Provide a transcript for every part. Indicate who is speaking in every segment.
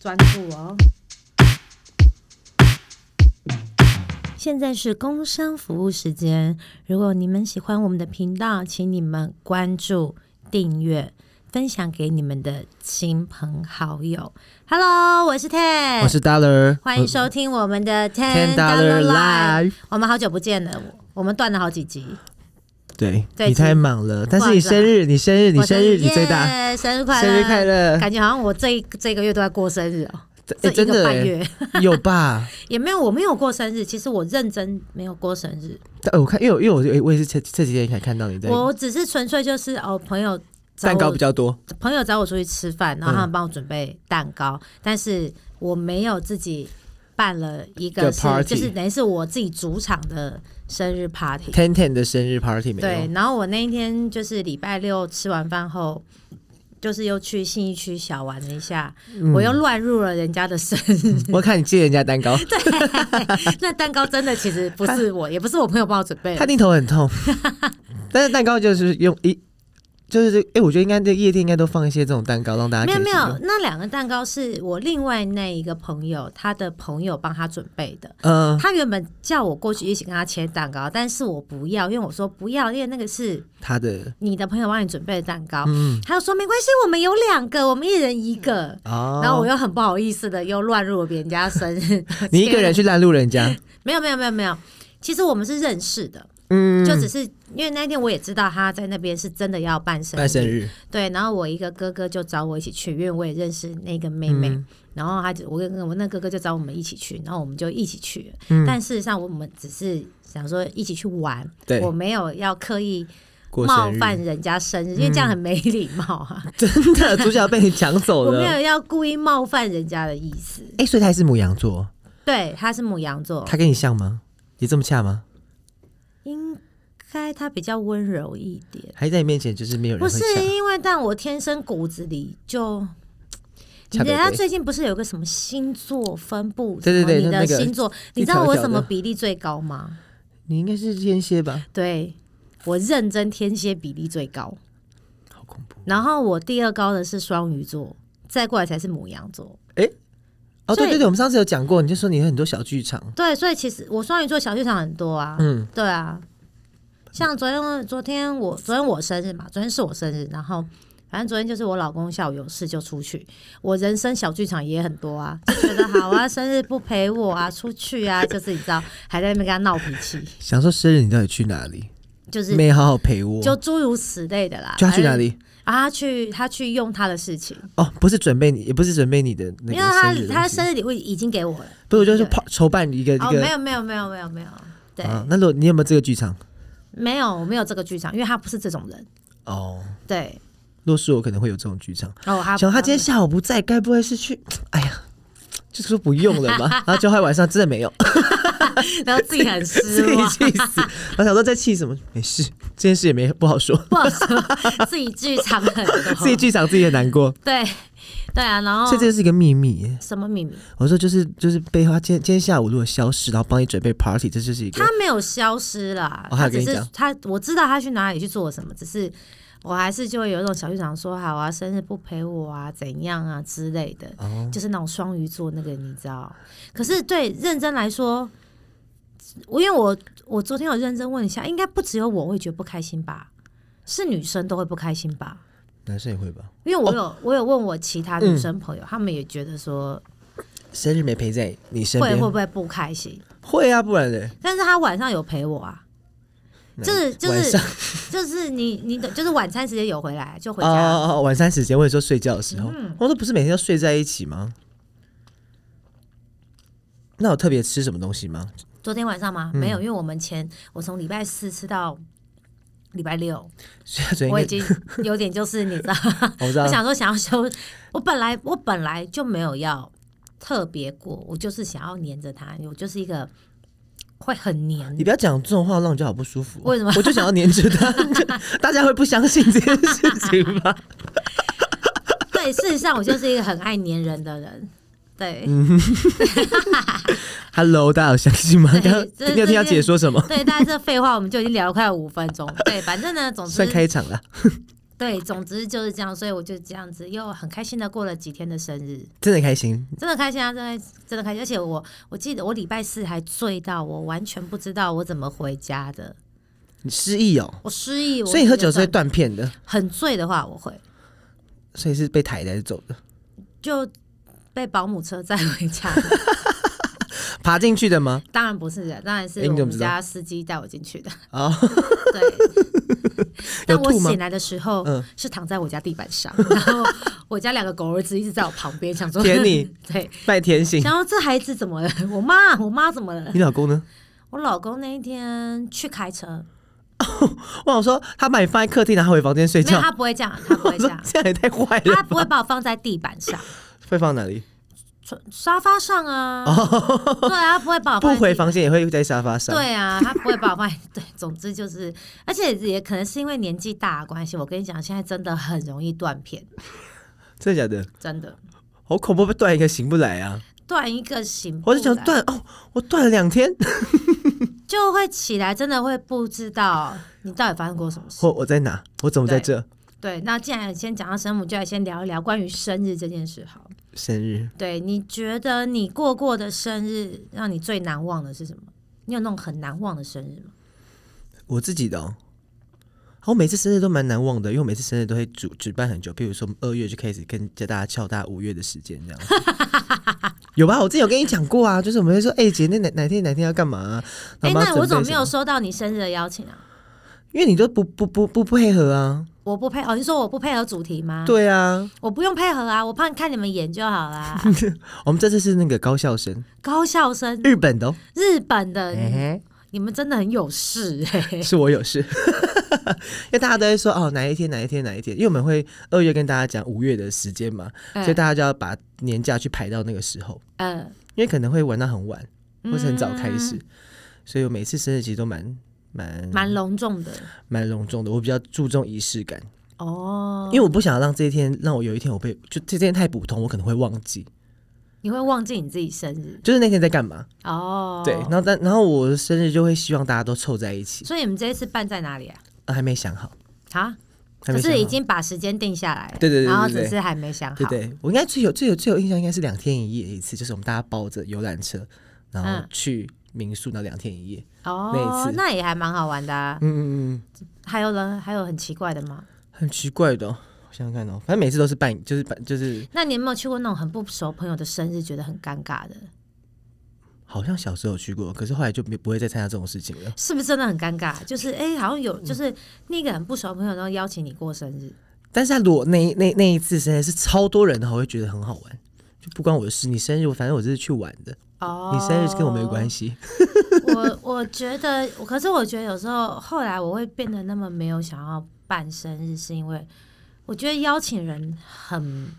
Speaker 1: 专注哦。
Speaker 2: 现在是工商服务时间，如果你们喜欢我们的频道，请你们关注、订阅、分享给你们的亲朋好友。Hello，我是 Ten，
Speaker 3: 我是 Dollar，
Speaker 2: 欢迎收听我们的
Speaker 3: Ten
Speaker 2: Ten
Speaker 3: Dollar
Speaker 2: Live。
Speaker 3: Live。
Speaker 2: 我们好久不见了，我我们断了好几集。
Speaker 3: 对
Speaker 2: 对
Speaker 3: 你
Speaker 2: 其实
Speaker 3: 太忙了，但是
Speaker 2: 哇
Speaker 3: 你
Speaker 2: 塞
Speaker 3: 生日，你生日，你
Speaker 2: 我
Speaker 3: 生日，你最大，
Speaker 2: 耶生日快乐，
Speaker 3: 生日快！乐！
Speaker 2: 感觉好像我这一这个月都在过生日哦，
Speaker 3: 哎，
Speaker 2: 这一
Speaker 3: 真
Speaker 2: 个
Speaker 3: 的
Speaker 2: 半月、
Speaker 3: 哎有吧？
Speaker 2: 也没有，我没有过生日。其实我认真没有过生日，
Speaker 3: 但呃我看，因为我因为我哎我也是这这几天才看到你在
Speaker 2: 我只是纯粹就是哦，朋友找
Speaker 3: 蛋糕
Speaker 2: 我
Speaker 3: 比较嗯多，
Speaker 2: 朋友找我出去吃饭，然后他们帮我准备蛋糕，但是我没有自己办了一
Speaker 3: 一个
Speaker 2: 个是
Speaker 3: party
Speaker 2: 就是等于是我自己主场的生日 party。
Speaker 3: Ten Ten 的生日 party 没
Speaker 2: 对
Speaker 3: 有，，
Speaker 2: 然后我那一天就是礼拜六吃完饭后，就是又去信义区小玩了一下，
Speaker 3: 嗯
Speaker 2: 我又乱入了人家的生日。
Speaker 3: 我看你借人家蛋糕，
Speaker 2: 那蛋糕真的其实不是我，也不是我朋友帮我准备
Speaker 3: 他
Speaker 2: 的。
Speaker 3: 定头 很痛，但是蛋糕就是用一。就是哎、我觉得应该在夜店应该都放一些这种蛋糕，让大家
Speaker 2: 没有
Speaker 3: 可以
Speaker 2: 没
Speaker 3: 使
Speaker 2: 有
Speaker 3: 用，，
Speaker 2: 那两个蛋糕是我另外那一个朋友他的朋友帮他准备的。
Speaker 3: 嗯、
Speaker 2: 他原本叫我过去一起跟他切蛋糕，但是我不要，因为我说不要，因为那个是
Speaker 3: 他的
Speaker 2: 你的朋友帮你准备的蛋糕。
Speaker 3: 嗯
Speaker 2: 他就说没关系，我们有两个，我们一人一个。
Speaker 3: 哦，，
Speaker 2: 然后我又很不好意思的又乱入了别人家生日
Speaker 3: 你一个人去拦路 人家，
Speaker 2: 没有没有没有没有，其实我们是认识的，
Speaker 3: 嗯，
Speaker 2: 就只是因为那天我也知道他在那边是真的要办生日，
Speaker 3: 办生日，
Speaker 2: 对，然后我一个哥哥就找我一起去，因为我也认识那个妹妹，
Speaker 3: 嗯
Speaker 2: 然后他就我跟我那哥哥就找我们一起去，然后我们就一起去了。
Speaker 3: 嗯
Speaker 2: 但事实上我们只是想说一起去玩，
Speaker 3: 对
Speaker 2: 我，没有要刻意
Speaker 3: 过
Speaker 2: 冒
Speaker 3: 生日，嗯
Speaker 2: 犯人家生日，因为这样很没礼貌啊，
Speaker 3: 真的主角被你抢走
Speaker 2: 我没
Speaker 3: 了。
Speaker 2: 有要故意冒犯人家的意思。
Speaker 3: 哎、所以他还是母羊座，
Speaker 2: 对，他是母羊座，
Speaker 3: 他跟你像吗？你这么恰吗？
Speaker 2: 应该他比较温柔一点。
Speaker 3: 还在你面前就是没有人
Speaker 2: 不
Speaker 3: 会啊
Speaker 2: 是
Speaker 3: 抢，
Speaker 2: 因为，但我天生骨子里就。
Speaker 3: 恰
Speaker 2: 人
Speaker 3: 北
Speaker 2: 家
Speaker 3: 北
Speaker 2: 最近不是有个什么星座分布？
Speaker 3: 对对
Speaker 2: 什么
Speaker 3: 对
Speaker 2: 你
Speaker 3: 那那
Speaker 2: 的
Speaker 3: 个
Speaker 2: 星座，你
Speaker 3: 一
Speaker 2: 知道
Speaker 3: 条
Speaker 2: 我
Speaker 3: 一条
Speaker 2: 什么
Speaker 3: 的
Speaker 2: 比例最高吗？
Speaker 3: 你应该是天蝎吧？
Speaker 2: 对我认真天蝎比例最高，
Speaker 3: 好恐怖
Speaker 2: 然后我第二高的是双鱼座，再过来才是母羊座。
Speaker 3: 哦！
Speaker 2: 所以
Speaker 3: 对对对，我们上次有讲过，你就说你有很多小剧场，
Speaker 2: 对，所以其实我双鱼座小剧场很多啊。
Speaker 3: 嗯，
Speaker 2: 对啊，像昨天，昨天我昨天我生日嘛，昨天是我生日，然后反正昨天就是我老公下午有事就出去，我人生小剧场也很多啊，就觉得好啊，生日不陪我啊， 出去啊，就是你知道还在那边跟他闹脾气，
Speaker 3: 想说生日你到底去哪里？
Speaker 2: 就是
Speaker 3: 没好好陪我，
Speaker 2: 就诸如此类的啦。
Speaker 3: 就他去哪
Speaker 2: 反正？
Speaker 3: 里？
Speaker 2: 啊，他去他去用他的事情，
Speaker 3: 哦，不是准备你，也不是准备你的那
Speaker 2: 因为
Speaker 3: 个
Speaker 2: 他
Speaker 3: 生日的东西，
Speaker 2: 啊他生日礼物已经给我了。
Speaker 3: 不是，我就是跑筹办一个一
Speaker 2: 哦，没
Speaker 3: 个。
Speaker 2: 有没有没有没有没有，对，
Speaker 3: 啊，那如果你有没有这个剧场？
Speaker 2: 没有我没有这个剧场，因为他不是这种人。
Speaker 3: 哦，
Speaker 2: 对，
Speaker 3: 若是我可能会有这种剧场。
Speaker 2: 哦，他
Speaker 3: 想他今天下午不在，该不会是去？哎呀，就是说不用了嘛。然后就后来晚上真的没 有，
Speaker 2: 然后自己很失
Speaker 3: 自己
Speaker 2: 望，
Speaker 3: 气死。我想说在气什么？没事，这件事也没不好说。
Speaker 2: 不好说，自己剧场很多，
Speaker 3: 自己剧场自己也难过，
Speaker 2: 对对啊，然后
Speaker 3: 所以这是一个秘密耶。
Speaker 2: 什么秘密？
Speaker 3: 我说就是就是背后，他今天今天下午如果消失，然后帮你准备 party，这就是一个
Speaker 2: 他没有消失啦，
Speaker 3: 哦他有
Speaker 2: 只
Speaker 3: 跟你
Speaker 2: 是
Speaker 3: 讲
Speaker 2: 他我知道他去哪里去做什么，只是我还是就会有一种小剧场说好啊，生日不陪我啊，怎样啊之类的，
Speaker 3: 哦，
Speaker 2: 就是那种双鱼座那个你知道。可是对认真来说，我因为我我昨天有认真问一下，应该不只有我会觉得不开心吧？是女生都会不开心吧？
Speaker 3: 男生也会吧？
Speaker 2: 因为我有、我有问我其他女生
Speaker 3: 嗯
Speaker 2: 朋友，她们也觉得说
Speaker 3: 生日没陪在你身
Speaker 2: 会
Speaker 3: 边，
Speaker 2: 会不会不开心，
Speaker 3: 会啊，不然嘞，
Speaker 2: 但是她晚上有陪我啊，
Speaker 3: 那
Speaker 2: 就是就
Speaker 3: 嗯晚上
Speaker 2: 是 就是你你的就是晚餐时间有回来就回
Speaker 3: 哦
Speaker 2: 家，
Speaker 3: 哦哦，晚餐时间或者说睡觉的时候，
Speaker 2: 嗯
Speaker 3: 我说不是每天都睡在一起吗？那有特别吃什么东西吗？
Speaker 2: 昨天晚上吗？
Speaker 3: 嗯
Speaker 2: 没有，因为我们前我从礼拜四吃到。礼拜六，
Speaker 3: 所以昨天应
Speaker 2: 我
Speaker 3: 该
Speaker 2: 已 经有点就是你知道，
Speaker 3: 哦我知
Speaker 2: 我
Speaker 3: 道，
Speaker 2: 想说想要休，我本来我本来就没有要特别过，我就是想要黏着他，我就是一个会很黏
Speaker 3: 你不要讲这种话，让我觉得好不舒服。
Speaker 2: 为什么
Speaker 3: 我就想要黏 着他，就大家会不相信这件事情吧？
Speaker 2: 对，事实上我就是一个很爱黏人的人。对、
Speaker 3: 嗯 Hello，大家有相信吗？
Speaker 2: 对
Speaker 3: 刚刚
Speaker 2: 哎这
Speaker 3: 你有听到
Speaker 2: 这件
Speaker 3: 姐说什么？
Speaker 2: 对，但是这废话我们就已经聊了快五分钟。对，反正呢，总之
Speaker 3: 算开场了，
Speaker 2: 对，总之就是这样，所以我就这样子又很开心的过了几天的生日，
Speaker 3: 真的开心。
Speaker 2: 真的开心啊，真的真的开心，而且我我记得我礼拜四还醉到我完全不知道我怎么回家的，
Speaker 3: 你失忆哦，
Speaker 2: 我失忆，我
Speaker 3: 所以你喝酒是
Speaker 2: 醉
Speaker 3: 会断片的，
Speaker 2: 很醉的话，我会
Speaker 3: 所以是被抬的还是走的？
Speaker 2: 就被保姆车载回家。
Speaker 3: 爬进去的吗？
Speaker 2: 当然不是的，当然是
Speaker 3: 诶哎你
Speaker 2: 我
Speaker 3: 怎么
Speaker 2: 们
Speaker 3: 知道
Speaker 2: 家司机带我进去的。
Speaker 3: 啊、
Speaker 2: 对，但我
Speaker 3: 吐吗
Speaker 2: 醒来的时候
Speaker 3: 嗯
Speaker 2: 是躺在我家地板上，然后我家两个狗儿子一直在我旁边，想说
Speaker 3: 舔你，
Speaker 2: 对，
Speaker 3: 拜天性。
Speaker 2: 然后这孩子怎么了？我妈，我妈怎么了？
Speaker 3: 你老公呢？
Speaker 2: 我老公那一天去开车，
Speaker 3: 我想说他把你放在客厅，然后回房间睡
Speaker 2: 没有
Speaker 3: 觉。
Speaker 2: 他不会这样，他不会
Speaker 3: 我
Speaker 2: 这
Speaker 3: 说
Speaker 2: 样，
Speaker 3: 哎 这样也太坏
Speaker 2: 他
Speaker 3: 了
Speaker 2: 不
Speaker 3: 吧，
Speaker 2: 会把我放在地板上，
Speaker 3: 会放哪里？
Speaker 2: 沙发上啊，对啊，他不会把 我放
Speaker 3: 哦不
Speaker 2: 在
Speaker 3: 回
Speaker 2: 地
Speaker 3: 房间也会在沙发上。，
Speaker 2: 对啊，他不会把我放在对，总之就是，而且也可能是因为年纪大的关系，我跟你讲，现在真的很容易断片，
Speaker 3: 真的假的？
Speaker 2: 真的
Speaker 3: 好恐怖，被断一个醒不来啊！
Speaker 2: 断一个醒不
Speaker 3: 我
Speaker 2: 来，
Speaker 3: 就想断哦，我断了两天，
Speaker 2: 就会起来，真的会不知道你到底发生过什么事。
Speaker 3: 我我在哪？我怎么在这？
Speaker 2: 对，那既然先讲到生母，就来先聊一聊关于生日这件事好。
Speaker 3: 生日
Speaker 2: 对，你觉得你过过的生日让你最难忘的是什么？你有那种很难忘的生日吗？
Speaker 3: 我自己的、哦。我每次生日都蛮难忘的，因为我每次生日都会主举办很久，譬如说二月就开始跟大家敲大家五月的时间这样子。 有吧？我之前有跟你讲过啊，就是我们会说，哎、姐，那哪哪天哪天要干嘛、啊？
Speaker 2: 哎、
Speaker 3: 然后
Speaker 2: 那我
Speaker 3: 们要准备
Speaker 2: 怎么没有
Speaker 3: 什？
Speaker 2: 收到你生日的邀请啊？
Speaker 3: 因为你都不不不不不配合啊。
Speaker 2: 我不配哦，你说我不配合主题吗？
Speaker 3: 对啊，
Speaker 2: 我不用配合啊，我怕看你们演就好啦。
Speaker 3: 我们这次是那个高校生，
Speaker 2: 高校生，
Speaker 3: 日本的、哦，
Speaker 2: 日本的，
Speaker 3: 哎、
Speaker 2: 你们真的很有事哎、
Speaker 3: 是我有事，因为大家都会说哦哪一天哪一天哪一天，因为我们会二月跟大家讲五月的时间嘛，
Speaker 2: 嗯
Speaker 3: 所以大家就要把年假去排到那个时候，
Speaker 2: 呃，
Speaker 3: 因为可能会玩到很晚
Speaker 2: 嗯
Speaker 3: 或是很早开始，所以我每次生日其实都蛮蛮
Speaker 2: 蛮隆重的
Speaker 3: 蛮隆重的，我比较注重仪式感，
Speaker 2: 哦
Speaker 3: 因。为我不想让这一天让我有一天我被就这天太普通，我可能会忘记，
Speaker 2: 你会忘记你自己生日
Speaker 3: 就是那天在干嘛。
Speaker 2: 哦。
Speaker 3: 对，然后但然后我的生日就会希望大家都凑在一起，
Speaker 2: 所以你们这一次办在哪里啊？
Speaker 3: 啊、还没想好，
Speaker 2: 啊，可
Speaker 3: 还没想
Speaker 2: 是已
Speaker 3: 好。
Speaker 2: 经把时间定下来了，
Speaker 3: 对对对对
Speaker 2: 然后
Speaker 3: 对
Speaker 2: 只是还没想好。
Speaker 3: 对对，我应该最有最有最有印象应该是两天一夜一次，就是我们大家包着游览车，然后
Speaker 2: 嗯
Speaker 3: 去民宿那两天一夜。那一
Speaker 2: 哦
Speaker 3: 次，
Speaker 2: 那也还蛮好玩的、啊。
Speaker 3: 嗯嗯嗯，
Speaker 2: 还有呢？还有很奇怪的吗？
Speaker 3: 很奇怪的、哦，我想想看哦，反正每次都是半，就是半，就是
Speaker 2: 那你有没有去过那种很不熟朋友的生日，觉得很尴尬的？
Speaker 3: 好像小时候有去过，可是后来就没不会再参加这种事情了。
Speaker 2: 是不是真的很尴尬？就是哎、好像有，就是
Speaker 3: 嗯
Speaker 2: 那个很不熟的朋友，然后邀请你过生日，
Speaker 3: 但是他如果那那那一次生日是超多人的话，我会觉得很好玩。就不关我的事，你生日，我反正我这是去玩的，
Speaker 2: 哦，
Speaker 3: 你生日跟我没有关。系。
Speaker 2: 我我觉得，可是我觉得有时候后来我会变得那么没有想要办生日，是因为我觉得邀请人很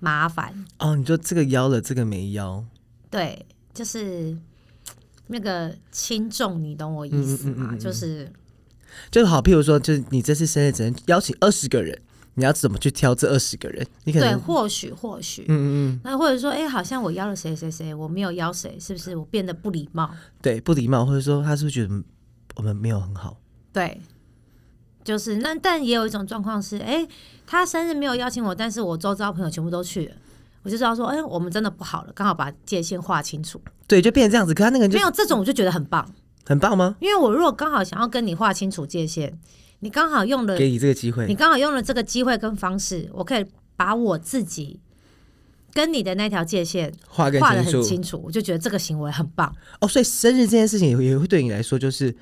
Speaker 2: 麻烦，
Speaker 3: 哦，你说这个邀了，这个没邀，
Speaker 2: 对，就是那个轻重，你懂我意思吗？
Speaker 3: 嗯嗯嗯嗯嗯
Speaker 2: 就是
Speaker 3: 就好，譬如说，就是你这次生日只能邀请二十个人，你要怎么去挑这二十个人？你可
Speaker 2: 对，
Speaker 3: 能，
Speaker 2: 或许或许。
Speaker 3: 嗯嗯嗯，
Speaker 2: 那或者说，哎、好像我邀了谁谁谁，我没有邀谁，是不是我变得不礼貌？
Speaker 3: 对，不礼貌，或者说他是不是觉得我们没有很好？
Speaker 2: 对，就是那，但也有一种状况是，哎、他生日没有邀请我，但是我周遭朋友全部都去了。我就知道说，哎、我们真的不好了，刚好把界限划清楚。
Speaker 3: 对，就变成这样子。可他那个人
Speaker 2: 没
Speaker 3: 就
Speaker 2: 有这种，我就觉得很棒，
Speaker 3: 很棒吗？
Speaker 2: 因为我如果刚好想要跟你划清楚界限，你刚好用了，
Speaker 3: 给你这个机
Speaker 2: 你
Speaker 3: 会，
Speaker 2: 刚好用了这个机会跟方式，我可以把我自己跟你的那条界限
Speaker 3: 画更
Speaker 2: 画的很
Speaker 3: 清楚
Speaker 2: 清楚，我就觉得这个行为很棒。
Speaker 3: 哦。所以生日这件事情也会也会对你来说，就是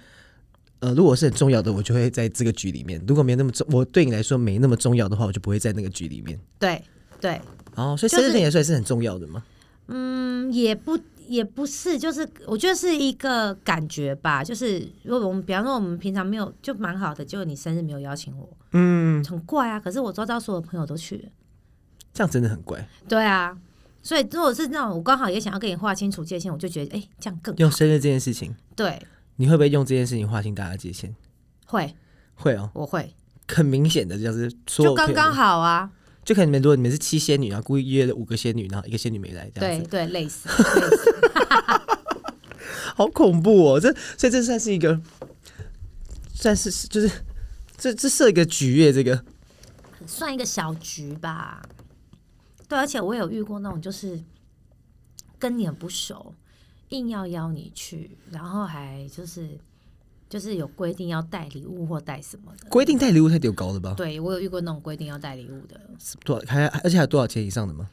Speaker 3: 呃，如果是很重要的，我就会在这个局里面；如果没那么重，我对你来说没那么重要的话，我就不会在那个局里面。
Speaker 2: 对对，
Speaker 3: 哦，所以
Speaker 2: 就
Speaker 3: 生
Speaker 2: 是
Speaker 3: 日对你来说也是很重要的嘛。
Speaker 2: 嗯，也不也不是，就是我觉得是一个感觉吧。就是如果我们比方说我们平常没有就蛮好的，结果你生日没有邀请我，
Speaker 3: 嗯，
Speaker 2: 很怪啊。可是我周遭所有朋友都去了，
Speaker 3: 这样真的很怪。
Speaker 2: 对啊。所以如果是那种我刚好也想要跟你划清楚界限，我就觉得哎、诶这样更
Speaker 3: 用
Speaker 2: 好。
Speaker 3: 生日这件事情，
Speaker 2: 对，
Speaker 3: 你会不会用这件事情划清大家界限？
Speaker 2: 会
Speaker 3: 会哦，
Speaker 2: 我会
Speaker 3: 很明显的，就是所
Speaker 2: 就
Speaker 3: 有
Speaker 2: 刚
Speaker 3: 朋友
Speaker 2: 刚好啊。
Speaker 3: 就可能你们如果你们是七仙女，然后故意约了五个仙女，然后一个仙女没来，这样
Speaker 2: 对
Speaker 3: 子。
Speaker 2: 对，类似类似。
Speaker 3: 好恐怖哦！这所以这算是一个，算是就是这这设一个局耶，这个
Speaker 2: 算一个小局吧。对，而且我有遇过那种，就是跟你很不熟，硬要邀你去，然后还就是就是有规定要带礼物或带什么的。
Speaker 3: 规定带礼物太丢高了吧？
Speaker 2: 对我有遇过那种规定要带礼物的，
Speaker 3: 多少还而且还有多少钱以上的吗？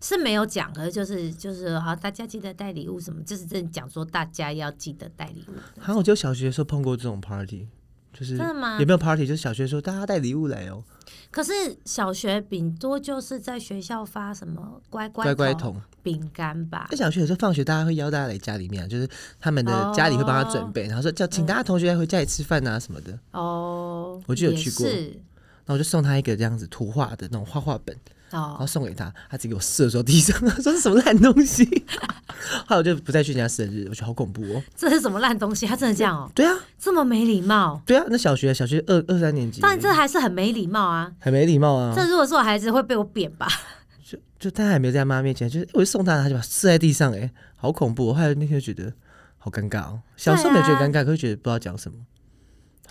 Speaker 2: 是没有讲，可是就是就是好，大家记得带礼物什么，就是真的讲说大家要记得带礼物。
Speaker 3: 好像我就小学的时候碰过这种 party，就是
Speaker 2: 真的吗
Speaker 3: 有没有 party？就是小学的时候大家带礼物来哦，
Speaker 2: 可是小学顶多就是在学校发什么乖乖
Speaker 3: 乖乖桶。
Speaker 2: 饼干吧
Speaker 3: 在，小学有时候放学，大家会邀大家来家里面、啊，就是他们
Speaker 2: 哦
Speaker 3: 的家里会帮他准备，然后说叫请大家同学来回家里吃饭啊什么的。
Speaker 2: 哦，
Speaker 3: 我就有去过
Speaker 2: 也是
Speaker 3: 然后我就送他一个这样子图画的那种画画本，然后
Speaker 2: 哦，
Speaker 3: 送给他，他自己给我射到地上， 说是什么烂东西。 后来我就不再去人家生日，我觉得好恐怖哦。
Speaker 2: 这是什么烂东西？他真的这样哦，
Speaker 3: 对啊，
Speaker 2: 这么没礼貌。
Speaker 3: 对啊，那小学小学二二三年级，
Speaker 2: 但这还是很没礼貌啊！
Speaker 3: 很没礼貌啊。
Speaker 2: 这如果是我孩子，会被我扁 吧？
Speaker 3: 就就他还没有在他妈面前，就是我就送他，他就把它射在地上、哎，好恐怖、哦！后来那天就觉得好尴尬哦。小时候没有觉得尴尬，可是觉得不知道讲什么，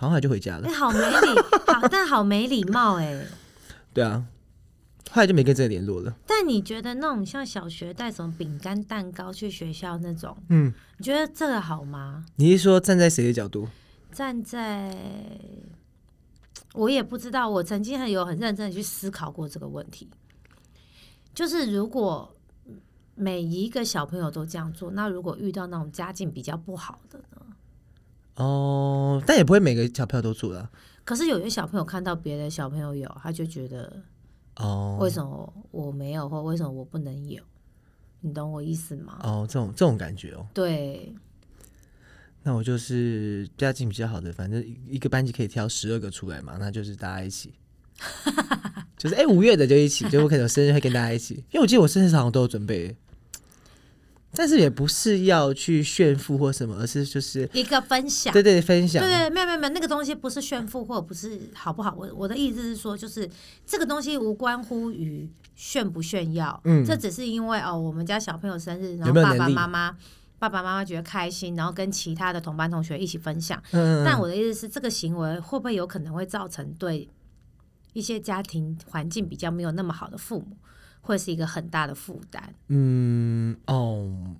Speaker 3: 然后后来就回家了
Speaker 2: 啊哎、。好没礼，好，但好没礼貌哎、
Speaker 3: 对啊，后来就没跟这个联络了。
Speaker 2: 但你觉得那种像小学带什么饼干、蛋糕去学校那种，
Speaker 3: 嗯，
Speaker 2: 你觉得这个好吗？
Speaker 3: 你是说站在谁的角度？
Speaker 2: 站在我也不知道，我曾经很有很认真的去思考过这个问题，就是如果每一个小朋友都这样做，那如果遇到那种家境比较不好的呢？
Speaker 3: 哦，但也不会每个小朋友都做啦。
Speaker 2: 可是有些小朋友看到别的小朋友有，他就觉得
Speaker 3: 哦
Speaker 2: 为什么我没有，或为什么我不能有？你懂我意思吗？
Speaker 3: 哦，这种这种感觉哦。
Speaker 2: 对，
Speaker 3: 那我就是家境比较好的，反正一个班级可以挑十二个出来嘛，那就是大家 一起。就是哎，五、月的就一起，就我可能生日会跟大家一起，因为我记得我生日好像都有准备，但是也不是要去炫富或什么，而是就是
Speaker 2: 一个分享。
Speaker 3: 对对分享，
Speaker 2: 对，没有没有没有，那个东西不是炫富或者不是好不好。我我的意思是说，就是这个东西无关乎于炫不炫耀，
Speaker 3: 嗯
Speaker 2: 这只是因为哦，我们家小朋友生日，然
Speaker 3: 有
Speaker 2: 后
Speaker 3: 没有
Speaker 2: 爸爸
Speaker 3: 能力
Speaker 2: 妈妈。爸爸妈妈觉得开心，然后跟其他的同班同学一起分享。
Speaker 3: 嗯，
Speaker 2: 但我的意思是，这个行为会不会有可能会造成对一些家庭环境比较没有那么好的父母，会是一个很大的负担？
Speaker 3: 嗯哦，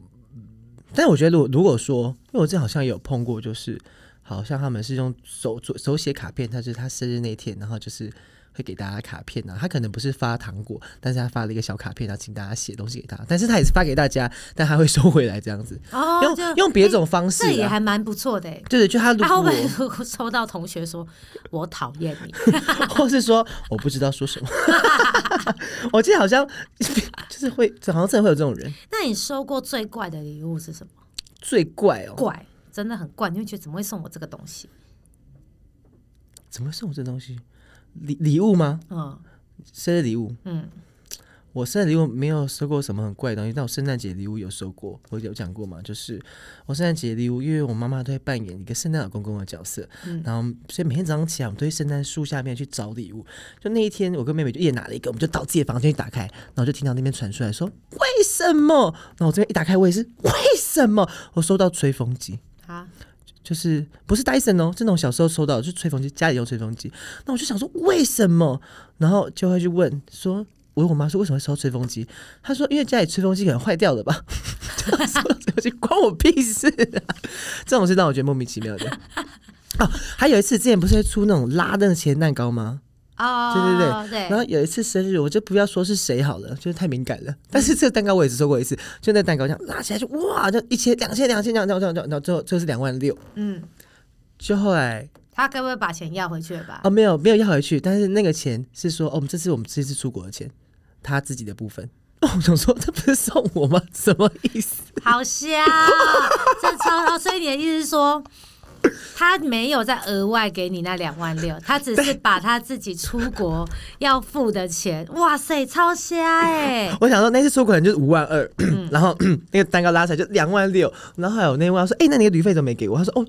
Speaker 3: 但我觉得如果如果说，因为我之前好像有碰过，就是好像他们是用手做手写卡片，他就是他生日那天，然后就是会给大家卡片啊，他可能不是发糖果，但是他发了一个小卡片，然后请大家写东西给他，但是他也是发给大家，但他会收回来这样子，
Speaker 2: 哦，
Speaker 3: 用
Speaker 2: 就
Speaker 3: 用别种方式
Speaker 2: 这也
Speaker 3: 啊。
Speaker 2: 还蛮不错的欸。
Speaker 3: 对对，就他如
Speaker 2: 他会不
Speaker 3: 果，
Speaker 2: 会如果 收到同学说“我讨厌你”，
Speaker 3: 或是说我不知道说什么， 我记得好像 就是会，好像真的会有这种人，
Speaker 2: 那你收过最怪的礼物是什么？
Speaker 3: 最怪哦，
Speaker 2: 怪，真的很怪，你会觉得怎么会送我这个东西？
Speaker 3: 怎么会送我这东西？礼礼物吗？
Speaker 2: 嗯
Speaker 3: 生日礼物，
Speaker 2: 嗯，
Speaker 3: 我生日礼物没有收过什么很怪的东西，但我圣诞节礼物有收过，我有讲过嘛，就是我圣诞节礼物，因为我妈妈都会扮演一个圣诞老公公的角色，
Speaker 2: 嗯
Speaker 3: 然后所以每天早上起来，我们都会圣诞树下面去找礼物。就那一天，我跟妹妹就一人拿了一个，我们就到自己的房间去打开，然后就听到那边传出来说为什么？然后我这边一打开，我也是为什么？我收到吹风机。
Speaker 2: 啊，
Speaker 3: 就是不是 Dyson 哦，是那种小时候收到的，就是吹风机，家里用吹风机。那我就想说为什么？然后就会去问说，我问我妈说为什么会收吹风机？她说因为家里吹风机可能坏掉了吧，就收到吹风机关我屁事、啊。这种事让我觉得莫名其妙的。哦，还有一次之前不是会出那种拉的茄蛋糕吗？
Speaker 2: 哦，对
Speaker 3: 然后有一次生日，我就不要说是谁好了，就是太敏感了。但是这个蛋糕我也只收过一次，就那蛋糕这样拉起来就哇，就一千、两千、两千、两千、两千，然后最后最后是两万六。
Speaker 2: 嗯，
Speaker 3: 就后来
Speaker 2: 他该不会把钱要回去了吧？
Speaker 3: 哦，没有没有要回去，但是那个钱是说，哦，我们这次我们这次出国的钱，他自己的部分。 我想说，这不是送我吗？什么意思？
Speaker 2: 好香哦，这超哦，所以你的意思是说。他没有再额外给你那两万六，他只是把他自己出国要付的钱，哇塞，超瞎哎、
Speaker 3: 我想说那次出国可能就是五万 二、然后那个蛋糕拉起来就两万六，然后还有那天问他说，哎、那你的旅费怎么没给我？他说，哦，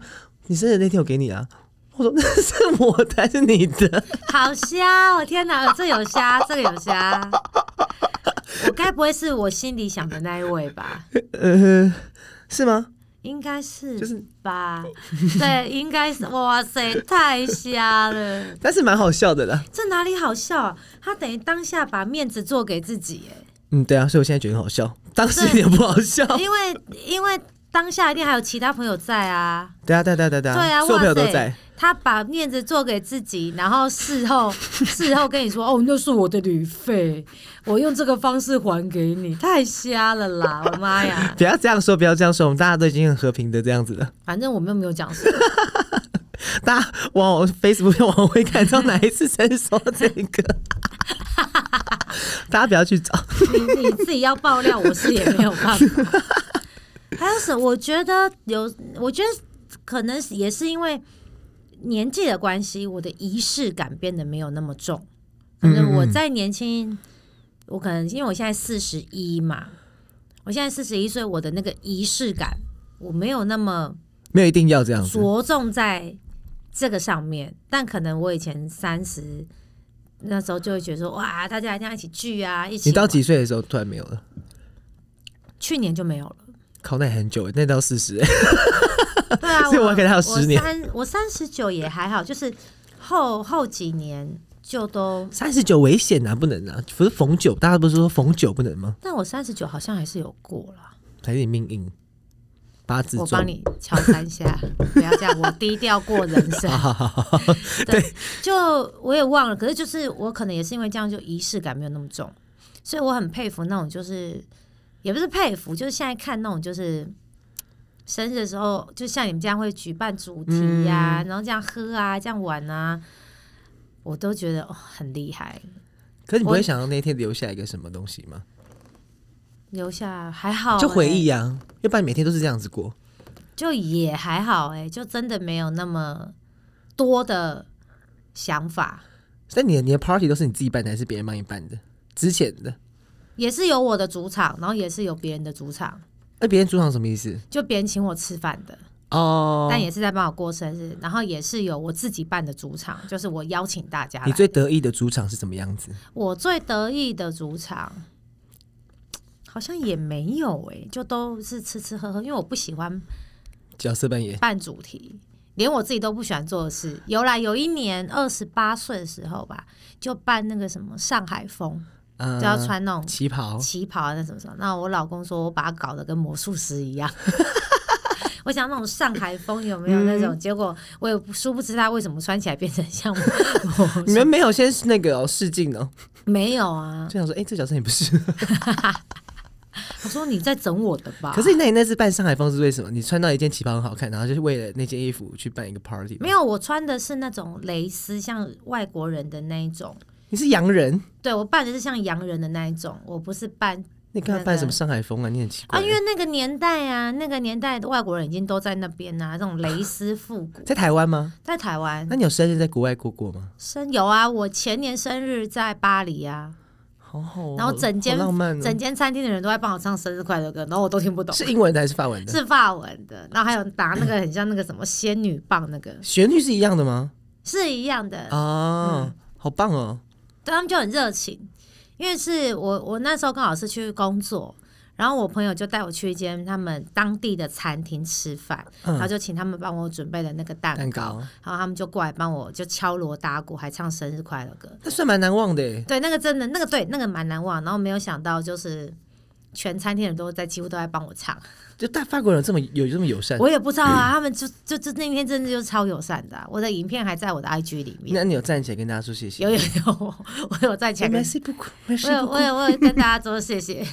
Speaker 3: 你生日那天我给你啊。我说那是我的还是你的？
Speaker 2: 好瞎哦！天哪，这有瞎，这个有瞎。我该不会是我心里想的那一位吧？
Speaker 3: 呃，是吗？
Speaker 2: 应该是
Speaker 3: 就是
Speaker 2: 吧？对，应该是。哇塞，太瞎了！
Speaker 3: 但是蛮好笑的啦。
Speaker 2: 这哪里好笑啊？他等于当下把面子做给自己耶，
Speaker 3: 嗯，对啊，所以我现在觉得很好笑，当时有点不好笑。
Speaker 2: 因为因为当下一定还有其他朋友在啊。
Speaker 3: 对啊，对啊对啊对啊对啊，
Speaker 2: 对啊
Speaker 3: 所有朋友都
Speaker 2: 哇塞
Speaker 3: 在。
Speaker 2: 他把面子做给自己，然后事后 事后跟你说：“哦，那是我的旅费，我用这个方式还给你。”太瞎了啦！我妈呀，
Speaker 3: 不要这样说，不要这样说，我们大家都已经很和平的这样子了。
Speaker 2: 反正我们又没有讲什么。
Speaker 3: 大家往我 Facebook 往回看，到哪一次伸手 这个？大家不要去找。
Speaker 2: 你你自己要爆料，我是也没有办法。还有什么？我觉得有，我觉得可能也是因为年纪的关系，我的仪式感变得没有那么重。可能我在年轻，我可能因为我现在四十一嘛，我现在四十一岁，我的那个仪式感我没有那么
Speaker 3: 没有一定要这样子。
Speaker 2: 着重在这个上面，但可能我以前三十那时候就会觉得说，哇，大家一定要一起聚啊，一起
Speaker 3: 你到
Speaker 2: 玩
Speaker 3: 几岁的时候突然没有了？
Speaker 2: 去年就没有了。
Speaker 3: 考那也很久欸，那到四十，
Speaker 2: 对啊，
Speaker 3: 所以我还给他有10年
Speaker 2: 我三我三十九也还好，就是后后几年就都，
Speaker 3: 三十九危险啊，不能啊！不是逢九，大家不是说逢九不能吗？
Speaker 2: 但我三十九好像还是有过了。
Speaker 3: 还是你命硬，八字
Speaker 2: 我
Speaker 3: 重。
Speaker 2: 帮你敲三下，不要这样，我低调过人 生。对，就我也忘了，可是就是我可能也是因为这样，就仪式感没有那么重，所以我很佩服那种就是，也不是佩服，就是现在看那种就是。生日的时候，就像你们这样会举办主题呀、
Speaker 3: 嗯
Speaker 2: 然后这样喝啊，这样玩啊，我都觉得哦很厉害。
Speaker 3: 可是你不
Speaker 2: 我
Speaker 3: 会想到那天留下一个什么东西吗？
Speaker 2: 留下还好、
Speaker 3: 就回
Speaker 2: 欸
Speaker 3: 忆啊，要不然你每天都是这样子过。
Speaker 2: 就也还好哎、就真的没有那么多的想法，
Speaker 3: 但你的你的 party 都是你自己办的，还是别人帮你办的？之前的，
Speaker 2: 也是有我的主场，然后也是有别人的主场，
Speaker 3: 那别人主场什么意思？
Speaker 2: 就别人请我吃饭的，
Speaker 3: 哦，
Speaker 2: 但也是在帮我过生日，然后也是有我自己办的主场，就是我邀请大家来。
Speaker 3: 你最得意的主场是什么样子？
Speaker 2: 我最得意的主场。好像也没有哎、就都是吃吃喝喝，因为我不喜欢
Speaker 3: 角色扮演，
Speaker 2: 办主题，连我自己都不喜欢做的事。有啦，有一年二十八岁的时候吧，就办那个什么上海风，
Speaker 3: 嗯，哦
Speaker 2: 就要穿那种
Speaker 3: 旗袍，
Speaker 2: 旗袍啊，那什么什么。那我老公说我把它搞得跟魔术师一样。 我想那种上海风有没有那
Speaker 3: 嗯
Speaker 2: 种？结果我也不殊不知他为什么穿起来变成像魔魔术
Speaker 3: 你们没有先那个哦试镜哦，
Speaker 2: 没有啊
Speaker 3: 就？想说，哎、这角色你不是？
Speaker 2: 我说你在整我的吧？
Speaker 3: 可是你那你那次扮上海风是为什么？你穿到一件旗袍很好看，然后就是为了那件衣服去办一个 party？
Speaker 2: 没
Speaker 3: 有，
Speaker 2: 有，我穿的是那种蕾丝，像外国人的那一种。
Speaker 3: 你是洋人，
Speaker 2: 对我扮的是像洋人的那一种，我不是扮
Speaker 3: 你干嘛
Speaker 2: 那
Speaker 3: 扮
Speaker 2: 个
Speaker 3: 什么上海风啊？你很奇怪、
Speaker 2: 啊，因为那个年代啊，那个年代的外国人已经都在那边啊，这种蕾丝复古，
Speaker 3: 在台湾吗？
Speaker 2: 在台湾
Speaker 3: 那你有生日在国外过过吗？
Speaker 2: 生有啊，我前年生日在巴黎啊，
Speaker 3: 好好哦、
Speaker 2: 然后整间
Speaker 3: 好浪漫、哦，
Speaker 2: 整间餐厅的人都在帮我唱生日快乐歌，然后我都听不懂，
Speaker 3: 是英文的还是法文的？
Speaker 2: 是法文的，然后还有打那个很像那个什么仙女棒那个
Speaker 3: 旋律是一样的吗？
Speaker 2: 是一样的，
Speaker 3: 哦，
Speaker 2: 嗯
Speaker 3: 好棒哦！
Speaker 2: 对他们就很热情，因为是我我那时候刚好是去工作，然后我朋友就带我去一间他们当地的餐厅吃饭，
Speaker 3: 嗯
Speaker 2: 然后就请他们帮我准备了那个蛋
Speaker 3: 蛋
Speaker 2: 糕，
Speaker 3: 糕，
Speaker 2: 然后他们就过来帮我就敲锣打鼓，还唱生日快乐歌。
Speaker 3: 那算蛮难忘的欸耶。
Speaker 2: 对，那个真的那个对那个蛮难忘，然后没有想到就是。全餐厅人都在，几乎都在帮我唱，
Speaker 3: 就大法国人有这么有这么友善，
Speaker 2: 我也不知道
Speaker 3: 嗯
Speaker 2: 啊，他们就就就那天真的就是超友善的啊、我的影片还在我的 IG 里面，
Speaker 3: 那你有站起来跟大家说谢谢？
Speaker 2: 有有有， 我有在前面
Speaker 3: 哎 Merci beaucoup，Merci
Speaker 2: 我有
Speaker 3: beaucoup。
Speaker 2: 我有我有跟大家说谢谢。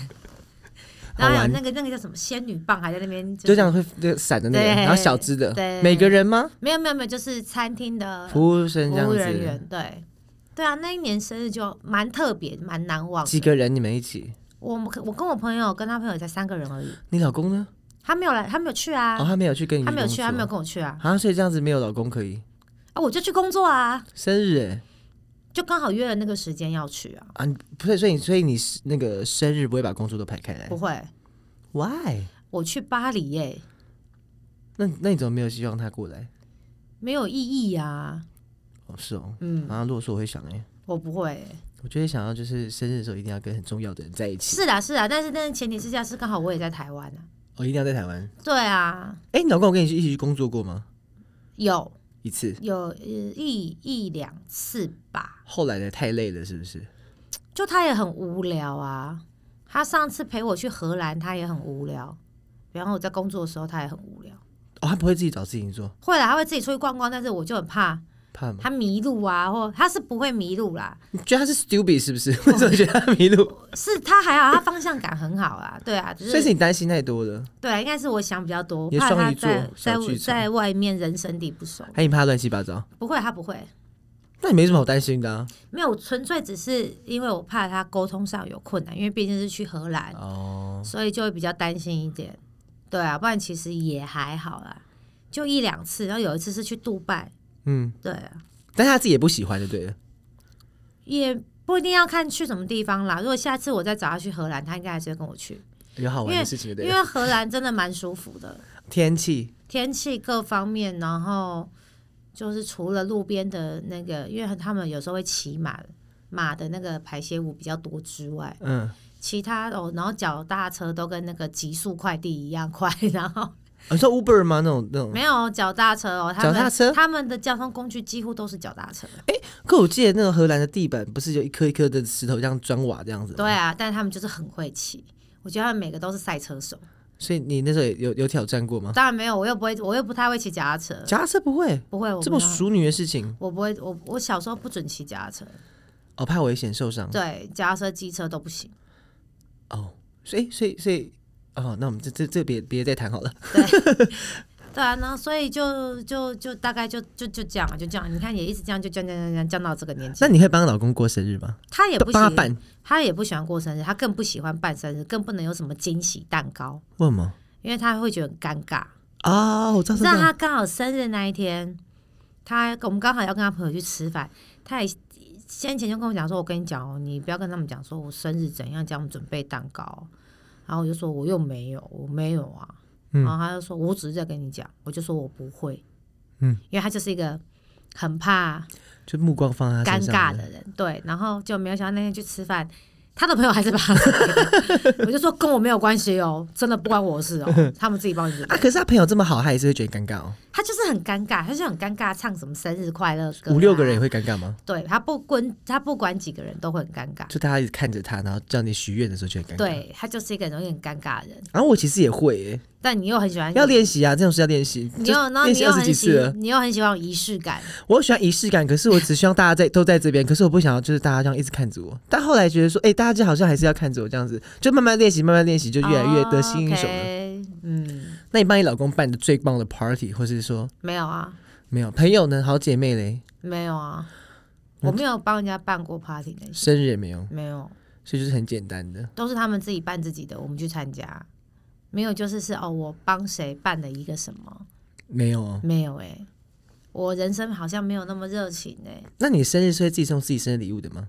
Speaker 2: 然后还
Speaker 3: 好
Speaker 2: 有
Speaker 3: 玩
Speaker 2: 那个那个叫什么仙女棒，还在那边
Speaker 3: 就这
Speaker 2: 是
Speaker 3: 样会那个闪的那个，
Speaker 2: 对
Speaker 3: 然后小只的，
Speaker 2: 对
Speaker 3: 每个人吗？
Speaker 2: 没有没有没有，就是餐厅的服
Speaker 3: 服务生这样
Speaker 2: 务人员
Speaker 3: 子，
Speaker 2: 对。对啊，那一年生日就蛮特别，蛮难忘
Speaker 3: 几
Speaker 2: 的。
Speaker 3: 个人你们一起？
Speaker 2: 我们我跟我朋友跟他朋友才三个人而已，
Speaker 3: 你老公呢？
Speaker 2: 他没有来，他没有去啊，
Speaker 3: 哦，他没有去跟你，
Speaker 2: 他没有去，他没有。跟我去啊，
Speaker 3: 啊，所以这样子没有老公可以
Speaker 2: 啊，我就去工作啊，
Speaker 3: 生日哎
Speaker 2: 就刚好约了那个时间要去啊，
Speaker 3: 啊，你不是，所以所以你是那个生日不会把工作都排开来
Speaker 2: 不会，
Speaker 3: ？Why？
Speaker 2: 我去巴黎耶、
Speaker 3: 那那你怎么没有希望他过来？
Speaker 2: 没有意义啊，
Speaker 3: 哦，是哦，
Speaker 2: 嗯，
Speaker 3: 啊，如果说我会想哎，
Speaker 2: 我不会耶、
Speaker 3: 我就会想要就是生日的时候一定要跟很重要的人在一起。
Speaker 2: 是啦是啦，但是但是前提之下是刚好我也在台湾啊，
Speaker 3: 我哦一定要在台湾。
Speaker 2: 对啊，
Speaker 3: 哎、你老公有跟你去一起去工作过吗？
Speaker 2: 有
Speaker 3: 一次，
Speaker 2: 有呃一一两次吧，
Speaker 3: 后来的太累了，是不是？
Speaker 2: 就他也很无聊啊。他上次陪我去荷兰，他也很无聊。然后我在工作的时候，他也很无聊。
Speaker 3: 哦，他不会自己找事情做，
Speaker 2: 会啦，他会自己出去逛逛，但是我就很怕
Speaker 3: 怕吗？
Speaker 2: 他迷路啊，或他是不会迷路啦，
Speaker 3: 你觉得他是 stupid 是不是？ 为什么觉得他迷 路？
Speaker 2: 是他还好，他方向感很好啊，对啊，就
Speaker 3: 所以
Speaker 2: 是
Speaker 3: 是你担心太多了，
Speaker 2: 对啊，应该是我想比较多，
Speaker 3: 你的
Speaker 2: 怕
Speaker 3: 双
Speaker 2: 他
Speaker 3: 鱼座
Speaker 2: 在
Speaker 3: 小
Speaker 2: 在
Speaker 3: 剧场
Speaker 2: 在外面人生地不熟，
Speaker 3: 还你怕他乱七八糟？
Speaker 2: 不会，他不会，
Speaker 3: 那你没什么好担心的啊。
Speaker 2: 没有，纯粹只是因为我怕他沟通上有困难，因为毕竟是去荷兰，
Speaker 3: 哦，
Speaker 2: 所以就会比较担心一点。对啊，不然其实也还好啦，就一两次，然后有一次是去杜拜，
Speaker 3: 嗯，
Speaker 2: 对啊，
Speaker 3: 但是他自己也不喜欢就对了。
Speaker 2: 也不一定要看去什么地方啦。如果下次我再找他去荷兰，他应该还是会跟我去，
Speaker 3: 有好玩的事情就对啊
Speaker 2: 因
Speaker 3: 了。
Speaker 2: 为荷兰真的蛮舒服的，
Speaker 3: 天气，
Speaker 2: 天气各方面，然后就是除了路边的那个，因为他们有时候会骑马，马的那个排泄物比较多之外，
Speaker 3: 嗯，
Speaker 2: 其他哦，然后脚踏车都跟那个极速快递一样快， 然后
Speaker 3: 哦你说 Uber 吗？那种那种？
Speaker 2: 没有脚踏车哦，他
Speaker 3: 脚踏
Speaker 2: 们
Speaker 3: 车
Speaker 2: 他们的交通工具几乎都是脚踏车，
Speaker 3: 可我记得那个荷兰的地板不是有一颗一颗的石头这样砖瓦这样子？
Speaker 2: 对。啊，但他们就是很会骑。我觉得他们每个都是赛车手，
Speaker 3: 所以你那时候也有有挑战过吗？
Speaker 2: 当然没有，我又不会，我又不太会骑脚踏车，
Speaker 3: 脚踏车呃不会，
Speaker 2: 不会，我
Speaker 3: 这么
Speaker 2: 不会
Speaker 3: 淑女的事情，
Speaker 2: 我不会，我我小时候不准骑脚踏车，
Speaker 3: 哦，怕危险受伤。
Speaker 2: 对，脚踏车、机车都不行。
Speaker 3: 哦，所以所以所以，哦，那我们这这这别别再谈好了。
Speaker 2: 对啊，那所以就就就大概就就就这样啊，就这样。你看也一直这样，就降降降降降到这个年纪
Speaker 3: 那，你会帮老公过生日吗？
Speaker 2: 他也不喜
Speaker 3: 帮他办？
Speaker 2: 他也不喜欢过生日，他更不喜欢办生日，更不能有什么惊喜蛋糕，
Speaker 3: 为什么？
Speaker 2: 因为他会觉得很尴尬。
Speaker 3: 哦，我知道，
Speaker 2: 你知
Speaker 3: 知
Speaker 2: 道
Speaker 3: 道，
Speaker 2: 他刚好生日那一天，他我们刚好要跟他朋友去吃饭，他也先前就跟我讲说，我跟你讲哦，你不要跟他们讲说我生日怎样，叫我们准备蛋糕。然后我就说我又没有，我没有啊。
Speaker 3: 嗯
Speaker 2: 然后他就说，我只是在跟你讲，啊我就说我不会。
Speaker 3: 嗯，
Speaker 2: 因为他就是一个很怕
Speaker 3: 就目光放在他
Speaker 2: 尴
Speaker 3: 身上
Speaker 2: 尬
Speaker 3: 了
Speaker 2: 的人，对。然后就没有想到那天去吃饭，他的朋友还是把他准备的我就说跟我没有关系哦，真的不关我的事 哦，他们自己帮你准备
Speaker 3: 啊！。可是他朋友这么好，他也是会觉得尴尬哦。
Speaker 2: 他就是很尴尬，他就是很尴尬，唱什么生日快乐歌、啊
Speaker 3: 五六个人也，会尴尬吗？
Speaker 2: 对他不管他不管几个人都会很尴尬，
Speaker 3: 就大家一直看着他，然后叫你许愿的时候就很尴尬。。
Speaker 2: 对他就是一个容易很尴尬的人，
Speaker 3: 然后我其实也会耶，
Speaker 2: 但你又很喜欢
Speaker 3: 要。练习啊，这种事要练习。
Speaker 2: 你
Speaker 3: 就
Speaker 2: 又，然后
Speaker 3: 练
Speaker 2: 你
Speaker 3: 习
Speaker 2: 又
Speaker 3: 二十
Speaker 2: 很
Speaker 3: 几
Speaker 2: 喜
Speaker 3: 次了，，
Speaker 2: 你又很喜欢有仪式感，
Speaker 3: 我喜欢仪式感，可是我只希望大家在都在这边，可是我不想要就是大家这样一直看着我。但后来觉得说，哎、大家就好像还是要看着我这样子，就慢慢练习，慢慢练习，就越来越得心应手了。
Speaker 2: 哦，OK，嗯，
Speaker 3: 那你帮你老公办的最棒的 party，或是说
Speaker 2: 没有啊，
Speaker 3: 没有朋友呢？好姐妹嘞，
Speaker 2: 没有啊，我没有帮人家办过 party 那些，
Speaker 3: 生日也没有，
Speaker 2: 没有，
Speaker 3: 所以就是很简单的。
Speaker 2: 都是他们自己办自己的，我们去参加，没有就是是哦，我帮谁办了一个什么，
Speaker 3: 没有哦。
Speaker 2: 没有哎、我人生好像没有那么热情哎、
Speaker 3: 那你生日是会自己送自己生日礼物的吗？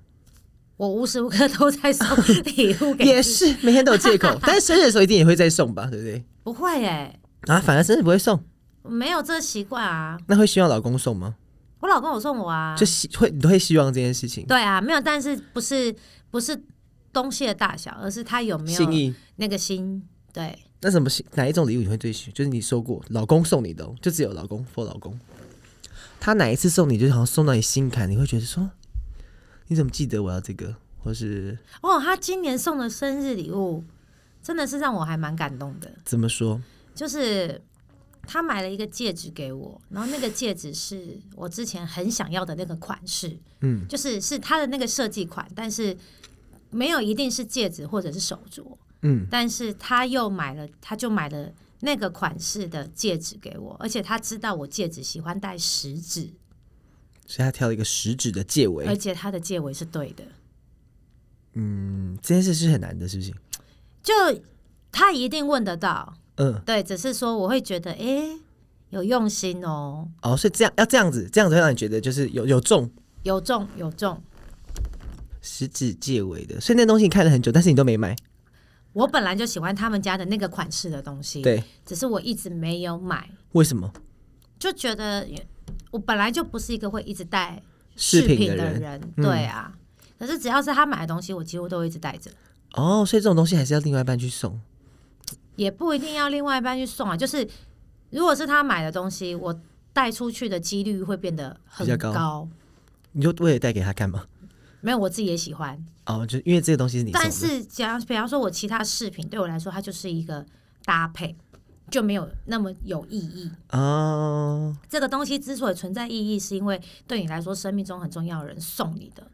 Speaker 2: 我无时无刻都在 送礼物给，
Speaker 3: 也是，每天都有 借口。但是生日的时候一定也会再送吧，对不对？
Speaker 2: 不会哎、
Speaker 3: 啊，反而生日不会送，
Speaker 2: 我没有这个习惯啊。
Speaker 3: 那会希望老公送吗？
Speaker 2: 我老公有送我啊，
Speaker 3: 就希会你都会希望这件事情，
Speaker 2: 对啊，没有，但是不是不是东西的大小，而是他有没
Speaker 3: 心
Speaker 2: 有
Speaker 3: 意。
Speaker 2: 那个心。对，
Speaker 3: 那什么心哪一种礼物你会最喜？就是你收过老公送你的、哦，就只有老公 for 老公。他哪一次送你，就好像送到你心坎，你会觉得说，你怎么记得我要这个，或是
Speaker 2: 哦，他今年送的生日礼物真的是让我还蛮感动的，
Speaker 3: 怎么说？
Speaker 2: 就是他买了一个戒指给我，然后那个戒指是我之前很想要的那个款式，
Speaker 3: 嗯，
Speaker 2: 就是是他的那个设计款，但是没有一定是戒指或者是手镯，
Speaker 3: 嗯，
Speaker 2: 但是他又买了，他就买了那个款式的戒指给我，而且他知道我戒指喜欢戴食指，
Speaker 3: 所以他挑了一个食指的戒
Speaker 2: 而
Speaker 3: 围，
Speaker 2: 且他的戒围是对的，
Speaker 3: 嗯，这件事是很难的，是不是？
Speaker 2: 就他一定问得到，
Speaker 3: 嗯，
Speaker 2: 对，只是说我会觉得，诶，有用心哦，
Speaker 3: 哦，所以这样要这样子，这样子会让你觉得就是有有中
Speaker 2: 有中有中。
Speaker 3: 食指戒围的，所以那东西你看了很久，但是你都没买，
Speaker 2: 我本来就喜欢他们家的那个款式的东西，
Speaker 3: 对，
Speaker 2: 只是我一直没有买，
Speaker 3: 为什么？
Speaker 2: 就觉得我本来就不是一个会一直戴
Speaker 3: 饰品的
Speaker 2: 的
Speaker 3: 人嗯
Speaker 2: 对啊。可是只要是他买的东西，我几乎都会一直带着。
Speaker 3: 哦，所以这种东西还是要另外一半去送。
Speaker 2: 也不一定要另外一半去送啊。就是如果是他买的东西，我带出去的几率会变得很
Speaker 3: 比较你就为了带给他看嘛？
Speaker 2: 没有，我自己也喜欢，
Speaker 3: 哦，就因为这个东西是你送的，
Speaker 2: 但是假比方说，我其他饰品对我来说，它就是一个搭配，就没有那么有意义。
Speaker 3: 哦，
Speaker 2: 这个东西之所以存在意义，是因为对你来说生命中很重要的人送你的，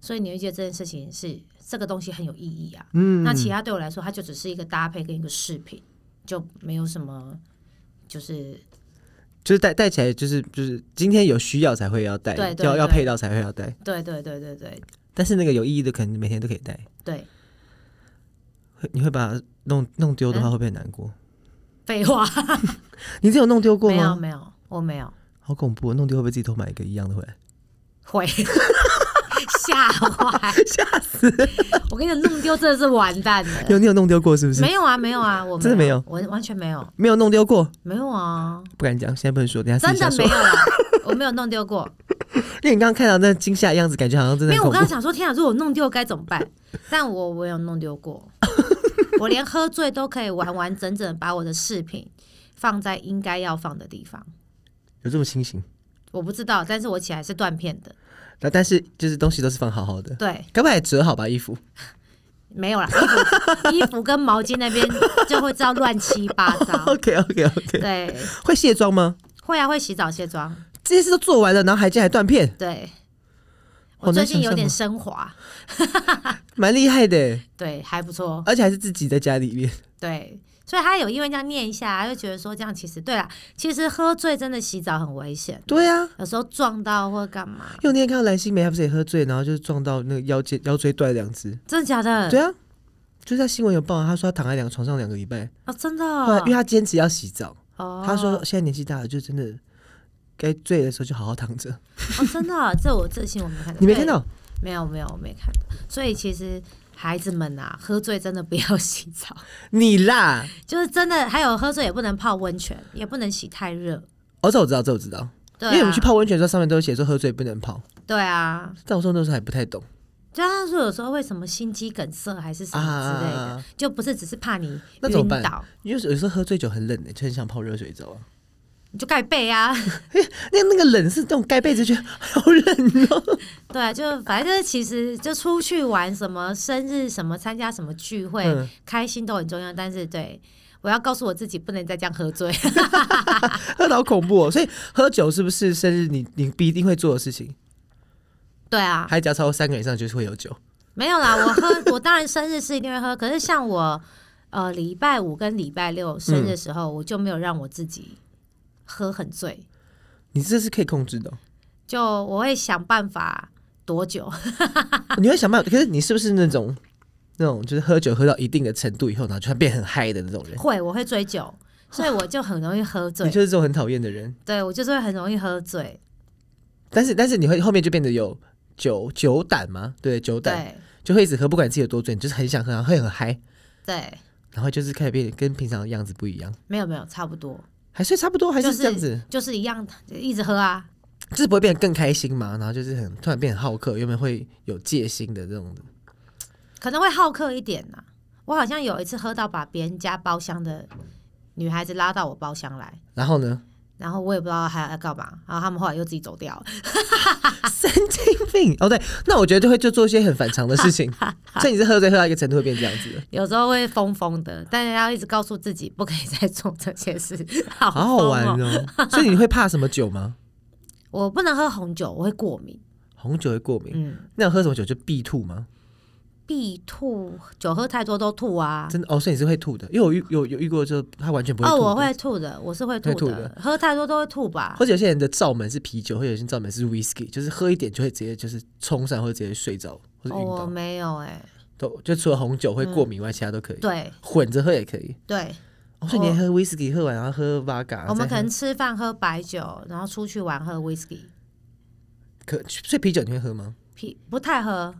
Speaker 2: 所以你会觉得这件事情是这个东西很有意义啊。
Speaker 3: 嗯，
Speaker 2: 那其他对我来说，它就只是一个搭配跟一个饰品，就没有什么就是
Speaker 3: 就是带带起来，就是就是今天有需要才会要带，
Speaker 2: 对对
Speaker 3: 要要
Speaker 2: 对
Speaker 3: 配到才会要带。
Speaker 2: 对对对对对
Speaker 3: 但是那个有意义的，可能每天都可以带。
Speaker 2: 对，
Speaker 3: 会你会把它弄弄丢的
Speaker 2: 嗯
Speaker 3: 话，会不会很难过？
Speaker 2: 废话，
Speaker 3: 你这有弄丢过
Speaker 2: 没有
Speaker 3: 吗？
Speaker 2: 没有，我没有
Speaker 3: 好恐怖哦！弄丢会不会自己偷买一个一样的回来？
Speaker 2: 会 吓坏，
Speaker 3: 吓死！
Speaker 2: 我跟你讲，弄丢真的是完蛋的。
Speaker 3: 有你有弄丢过是不是？
Speaker 2: 没有啊，没有啊，我
Speaker 3: 真的没有
Speaker 2: 我完全没有，
Speaker 3: 没有弄丢过，
Speaker 2: 没有啊，
Speaker 3: 不敢讲，现在不能说，等一下私
Speaker 2: 真
Speaker 3: 底
Speaker 2: 的
Speaker 3: 下
Speaker 2: 没
Speaker 3: 说。
Speaker 2: 有啊，我没有弄丢过。
Speaker 3: 因为你刚刚看到那惊吓的样子，感觉好像真
Speaker 2: 因
Speaker 3: 的
Speaker 2: 为
Speaker 3: 很
Speaker 2: 我
Speaker 3: 恐
Speaker 2: 刚刚
Speaker 3: 怖。
Speaker 2: 想说，天啊，如果弄丢该怎么 办？但我我有弄丢过，我连喝醉都可以完完整整地把我的饰品放在应该要放的地方。
Speaker 3: 有这么清醒？
Speaker 2: 我不知道，但是我起来是断片的。
Speaker 3: 那但是就是东西都是放好好的，
Speaker 2: 对，
Speaker 3: 该不会还折好吧衣服？
Speaker 2: 没有啦，衣服 衣服跟毛巾那边就会知道乱七八 糟。
Speaker 3: OK OK OK，
Speaker 2: 对，
Speaker 3: 会卸妆吗？
Speaker 2: 会啊，会洗澡卸妆。
Speaker 3: 这些事都做完了，然后还竟然还断片，
Speaker 2: 对，
Speaker 3: 好
Speaker 2: 我
Speaker 3: 难
Speaker 2: 最近
Speaker 3: 想
Speaker 2: 有
Speaker 3: 象
Speaker 2: 点
Speaker 3: 哦
Speaker 2: 升华，
Speaker 3: 蛮厉害的耶，
Speaker 2: 对，还不错。
Speaker 3: 而且还是自己在家里面。
Speaker 2: 对，所以他有因为这样念一下，他就觉得说这样其实对啦，其实喝醉真的洗澡很危险。
Speaker 3: 对啊，
Speaker 2: 有时候撞到或干嘛，
Speaker 3: 因为我那天看到蓝心湄，她不是也喝醉，然后就是撞到那个腰间腰椎断两只。
Speaker 2: 真的假的？
Speaker 3: 对啊，就是在新闻有报啊，她说她躺在两个床上两个礼拜，
Speaker 2: 哦，真的
Speaker 3: 后来因为
Speaker 2: 哦。
Speaker 3: 她坚持要洗澡，
Speaker 2: 哦
Speaker 3: 她说现在年纪大了，就真的该醉的时候就好好躺着。
Speaker 2: 哦，真的哦，这我这新闻没看到，
Speaker 3: 你没看到？
Speaker 2: 对？没有没有，我没看到。所以其实孩子们啊，喝醉真的不要洗澡，
Speaker 3: 你啦，
Speaker 2: 就是真的，还有喝醉也不能泡温泉，也不能洗太热。
Speaker 3: 哦，这我知道，这我知道，
Speaker 2: 对、啊，
Speaker 3: 因为我们去泡温泉的时候，上面都有写说喝醉不能泡，
Speaker 2: 对啊，
Speaker 3: 但我说那时候还不太懂
Speaker 2: 就他说有时候为什么心肌梗塞还是什么之类的，
Speaker 3: 啊。
Speaker 2: 就不是只是怕你
Speaker 3: 那怎么
Speaker 2: 晕
Speaker 3: 办
Speaker 2: 倒，
Speaker 3: 因为有时候喝醉酒很冷的、欸就很想泡热水澡啊。
Speaker 2: 你就盖被啊。
Speaker 3: 那那个冷是那种盖被子，觉得好冷哦、
Speaker 2: 对，就反正就是其实就出去玩，什么生日，什么参加什么聚会，
Speaker 3: 嗯
Speaker 2: 开心都很重要。但是对我要告诉我自己，不能再这样喝醉。
Speaker 3: 喝的好恐怖哦、所以喝酒是不是生日你你必定会做的事情？
Speaker 2: 对啊，
Speaker 3: 还只要超过三个以上就是会有酒。
Speaker 2: 没有啦，我喝，我当然生日是一定会喝，可是像我呃礼拜五跟礼拜六生
Speaker 3: 嗯
Speaker 2: 日的时候，我就没有让我自己喝很醉，
Speaker 3: 你这是可以控制的哦、
Speaker 2: 就我会想办法躲酒。
Speaker 3: 你会想办法。可是你是不是那种那种就是喝酒喝到一定的程度以后，然后突然变很嗨的那种人？
Speaker 2: 会，我会追酒，所以我就很容易喝
Speaker 3: 你
Speaker 2: 醉。
Speaker 3: 就是这种很讨厌的人。
Speaker 2: 对我就是会很容易喝醉。
Speaker 3: 但是但是你会后面就变得有酒酒胆吗？对，酒胆
Speaker 2: 对
Speaker 3: 就会一直喝，不管自己有多醉，你就是很想喝，然后会很嗨，
Speaker 2: 对，
Speaker 3: 然后就是开始变得跟平常的样子不一样，
Speaker 2: 没有没有，差不多。
Speaker 3: 还是差不多，还
Speaker 2: 就是是
Speaker 3: 这样子，
Speaker 2: 就是一样一直喝啊。
Speaker 3: 就是、不会变得更开心嘛？然后就是很突然变得好客，原本会有戒心的这种的。
Speaker 2: 可能会好客一点呐、我好像有一次喝到把别人家包厢的女孩子拉到我包厢来，
Speaker 3: 然 后呢，
Speaker 2: 然后我也不知道她要干嘛，然后他们后来又自己走掉了。
Speaker 3: 神经病哦，对，那我觉得就会就做一些很反常的事 情，所以你是喝醉喝到一个程度会变这样子的，
Speaker 2: 有时候会疯疯的，但是要一直告诉自己不可以再做这些事，好
Speaker 3: 好好玩
Speaker 2: 疯哦！
Speaker 3: 哦。 所以你会怕什么酒吗？
Speaker 2: 我不能喝红酒，我会过敏。
Speaker 3: 红酒会过敏，
Speaker 2: 嗯，
Speaker 3: 那喝什么酒就必吐吗？
Speaker 2: 必吐，酒喝太多都吐啊。
Speaker 3: 真的哦，所以你是会吐的，因为我遇有有遇过，就他完全不会
Speaker 2: 哦，
Speaker 3: 吐的。
Speaker 2: 我会吐的，我是会吐
Speaker 3: 会吐
Speaker 2: 的，喝太多都会吐吧。
Speaker 3: 或者有些人的罩门是啤酒，或者有些人罩门是 whisky，就是喝一点就会直接就是冲上，或者直接睡着，或者
Speaker 2: 哦，
Speaker 3: 晕
Speaker 2: 我
Speaker 3: 倒。
Speaker 2: 没有哎、
Speaker 3: 都就除了红酒会过敏外，其他都可以。，
Speaker 2: 对
Speaker 3: 混着喝也可以。
Speaker 2: 对，
Speaker 3: 哦，所以你还喝 whisky 喝完，然后喝 v o d a
Speaker 2: 我们可能吃饭啊喝白酒，然后出去玩喝 whisky，
Speaker 3: 可所以啤酒你会喝吗？
Speaker 2: 啤不太喝，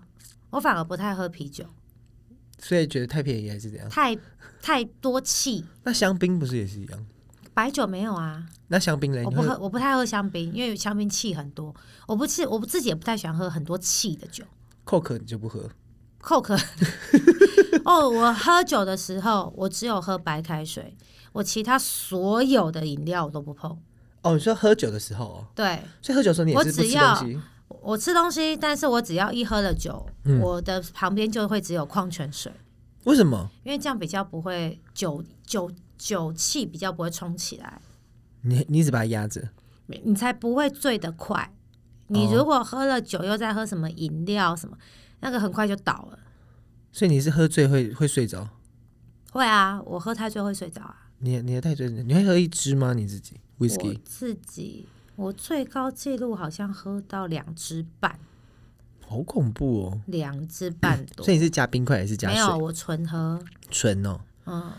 Speaker 2: 我反而不太喝啤酒，
Speaker 3: 所以觉得太便宜还是怎样？
Speaker 2: 太太多气。
Speaker 3: 那香槟不是也是一样？
Speaker 2: 白酒没有啊，
Speaker 3: 那香槟嘞？
Speaker 2: 我
Speaker 3: 你
Speaker 2: 不
Speaker 3: 会
Speaker 2: 喝，我不太喝香槟，因为香槟气很多。我不吃，我自己也不太喜欢喝很多气的酒。
Speaker 3: Coke 你就不喝？
Speaker 2: Coke， 哦，我喝酒的时候，我只有喝白开水，我其他所有的饮料我都不碰。
Speaker 3: 哦，你说喝酒的时候哦，
Speaker 2: 对
Speaker 3: 所以喝酒的时候你也
Speaker 2: 我
Speaker 3: 是不
Speaker 2: 只
Speaker 3: 吃
Speaker 2: 要
Speaker 3: 东西，
Speaker 2: 我吃东西，但是我只要一喝了酒，我的旁边就会只有矿泉水，
Speaker 3: 为什么？
Speaker 2: 因为这样比较不会酒酒酒气比较不会冲起来，
Speaker 3: 你你一直把它压着，
Speaker 2: 你才不会醉得快。你
Speaker 3: 哦
Speaker 2: 如果喝了酒又在喝什么饮料什么，那个很快就倒了。
Speaker 3: 所以你是喝醉会会睡着。
Speaker 2: 会啊，我喝太醉会睡着啊。
Speaker 3: 你你的太醉，你会喝一支吗？你自己 whisky
Speaker 2: 我自己，我最高记录好像喝到两支半，
Speaker 3: 好恐怖哦！
Speaker 2: 两支半多
Speaker 3: 所，以你是加冰块还是加
Speaker 2: 没有，
Speaker 3: 水？
Speaker 2: 我纯喝，
Speaker 3: 纯哦，
Speaker 2: 嗯，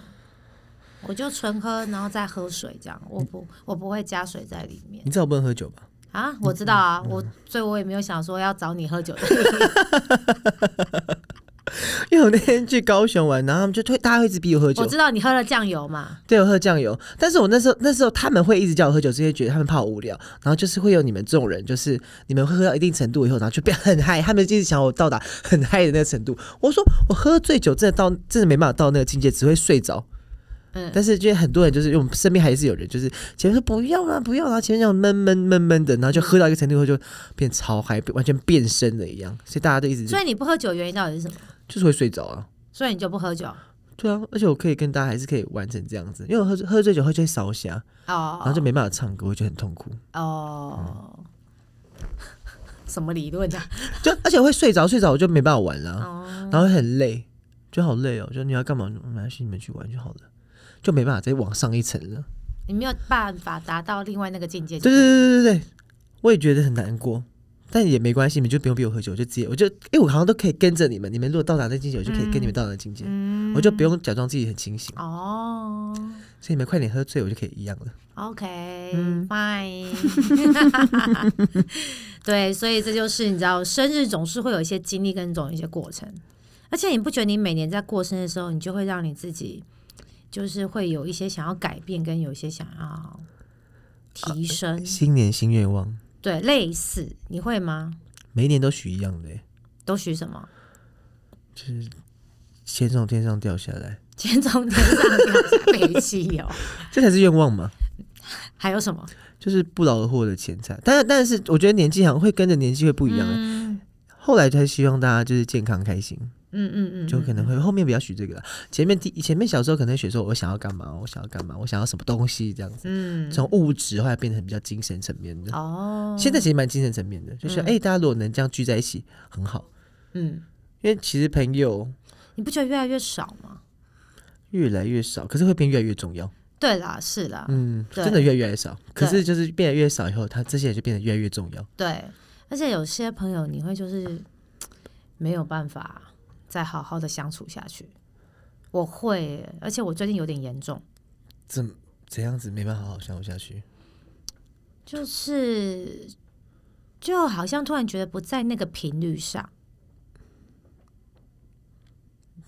Speaker 2: 我就纯喝，然后再喝水这样，
Speaker 3: 嗯
Speaker 2: 我不，我不会加水在里面
Speaker 3: 你知道我不能喝酒吧？
Speaker 2: 啊。我知道啊，
Speaker 3: 嗯
Speaker 2: 我所以我也没有想说要找你喝酒的
Speaker 3: 因为我那天去高雄玩，然后他们就推，大家会一直逼我喝酒
Speaker 2: 我，知道你喝了酱油嘛，
Speaker 3: 对我喝酱油。但是我那时候那时候他们会一直叫我喝酒，是因为觉得他们怕我无聊，然后就是会有你们这种人，就是你们会喝到一定程度以后，然后就变很嗨，他们就一直想我到达很嗨的那个程度。我说我喝醉酒真的到真的没办法到那个境界，只会睡着。
Speaker 2: 嗯
Speaker 3: 但是就是很多人就是因为我们身边还是有人就是前面说不要啦不要啦，然后前面这样闷闷闷闷的，然后就喝到一个程度以后就变超嗨，完全变身了一样，所以大家都一直
Speaker 2: 所以你不喝酒的原因到底是什么？
Speaker 3: 就是会睡着啊。
Speaker 2: 所以你就不喝酒
Speaker 3: 对啊，而且我可以跟大家还是可以玩成这样子，因为我喝醉喝醉酒会就会烧瞎，然后就
Speaker 2: 哦
Speaker 3: 嗯没办法唱歌，我觉得很痛苦。
Speaker 2: 哦，什么理论啊？
Speaker 3: 就而且会睡着，睡着我就没办法玩了，啊
Speaker 2: 哦，
Speaker 3: 然后会很累，就好累哦。就你要干嘛？嗯没关系，你们去玩就好了，就没办法再往上一层了。
Speaker 2: 你没有办法达到另外那个境界，
Speaker 3: 对对对对对对，我也觉得很难过，但也没关系，你们就不用逼我喝酒，我就直接我就因为我好像都可以跟着你们，你们如果到达那境界，我就可以跟你们到达那境界，我就不用假装自己很清醒，
Speaker 2: 哦
Speaker 3: 所以你们快点喝醉，我就可以一样了。
Speaker 2: 嗯，OK，fine，对，所以这就是你知道，生日总是会有一些经历跟总有一些过程，而且你不觉得你每年在过生日的时候，你就会让你自己就是会有一些想要改变，跟有一些想要提升，
Speaker 3: 新年新愿望，
Speaker 2: 对，类似你会吗？
Speaker 3: 每一年都许一样的、欸，
Speaker 2: 都许什么？
Speaker 3: 就是先从天上掉下来，
Speaker 2: 天从天上掉下北汽油，
Speaker 3: 这才是愿望嘛。
Speaker 2: 哦还有什么？
Speaker 3: 就是不劳而获的钱财。但但是我觉得年纪好像会跟着年纪会不一样、欸。
Speaker 2: 嗯
Speaker 3: 后来才希望大家就是健康开心，
Speaker 2: 嗯嗯嗯，
Speaker 3: 就可能会后面不要许这个了。前面第前面小时候可能会许说我想要干嘛，我想要干嘛，我想要什么东西这样子。
Speaker 2: 嗯
Speaker 3: 从物质后来变成比较精神层面的。
Speaker 2: 哦，
Speaker 3: 现在其实蛮精神层面的，就是哎、欸大家如果能这样聚在一起很好，
Speaker 2: 嗯，
Speaker 3: 因为其实朋友
Speaker 2: 你不觉得越来越少吗？
Speaker 3: 越来越少，可是会变越来越重要。
Speaker 2: 对啦，是啦，
Speaker 3: 嗯，
Speaker 2: 哦对
Speaker 3: 真的越来越少。可
Speaker 2: 对
Speaker 3: 是就是变得越少以后，他这些人就变得越来越重要。
Speaker 2: 对，而且有些朋友你会就是没有办法再好好的相处下去。我会耶，而且我最近有点严重，
Speaker 3: 怎怎样子没办法好好相处下去？
Speaker 2: 就是就好像突然觉得不在那个频率上。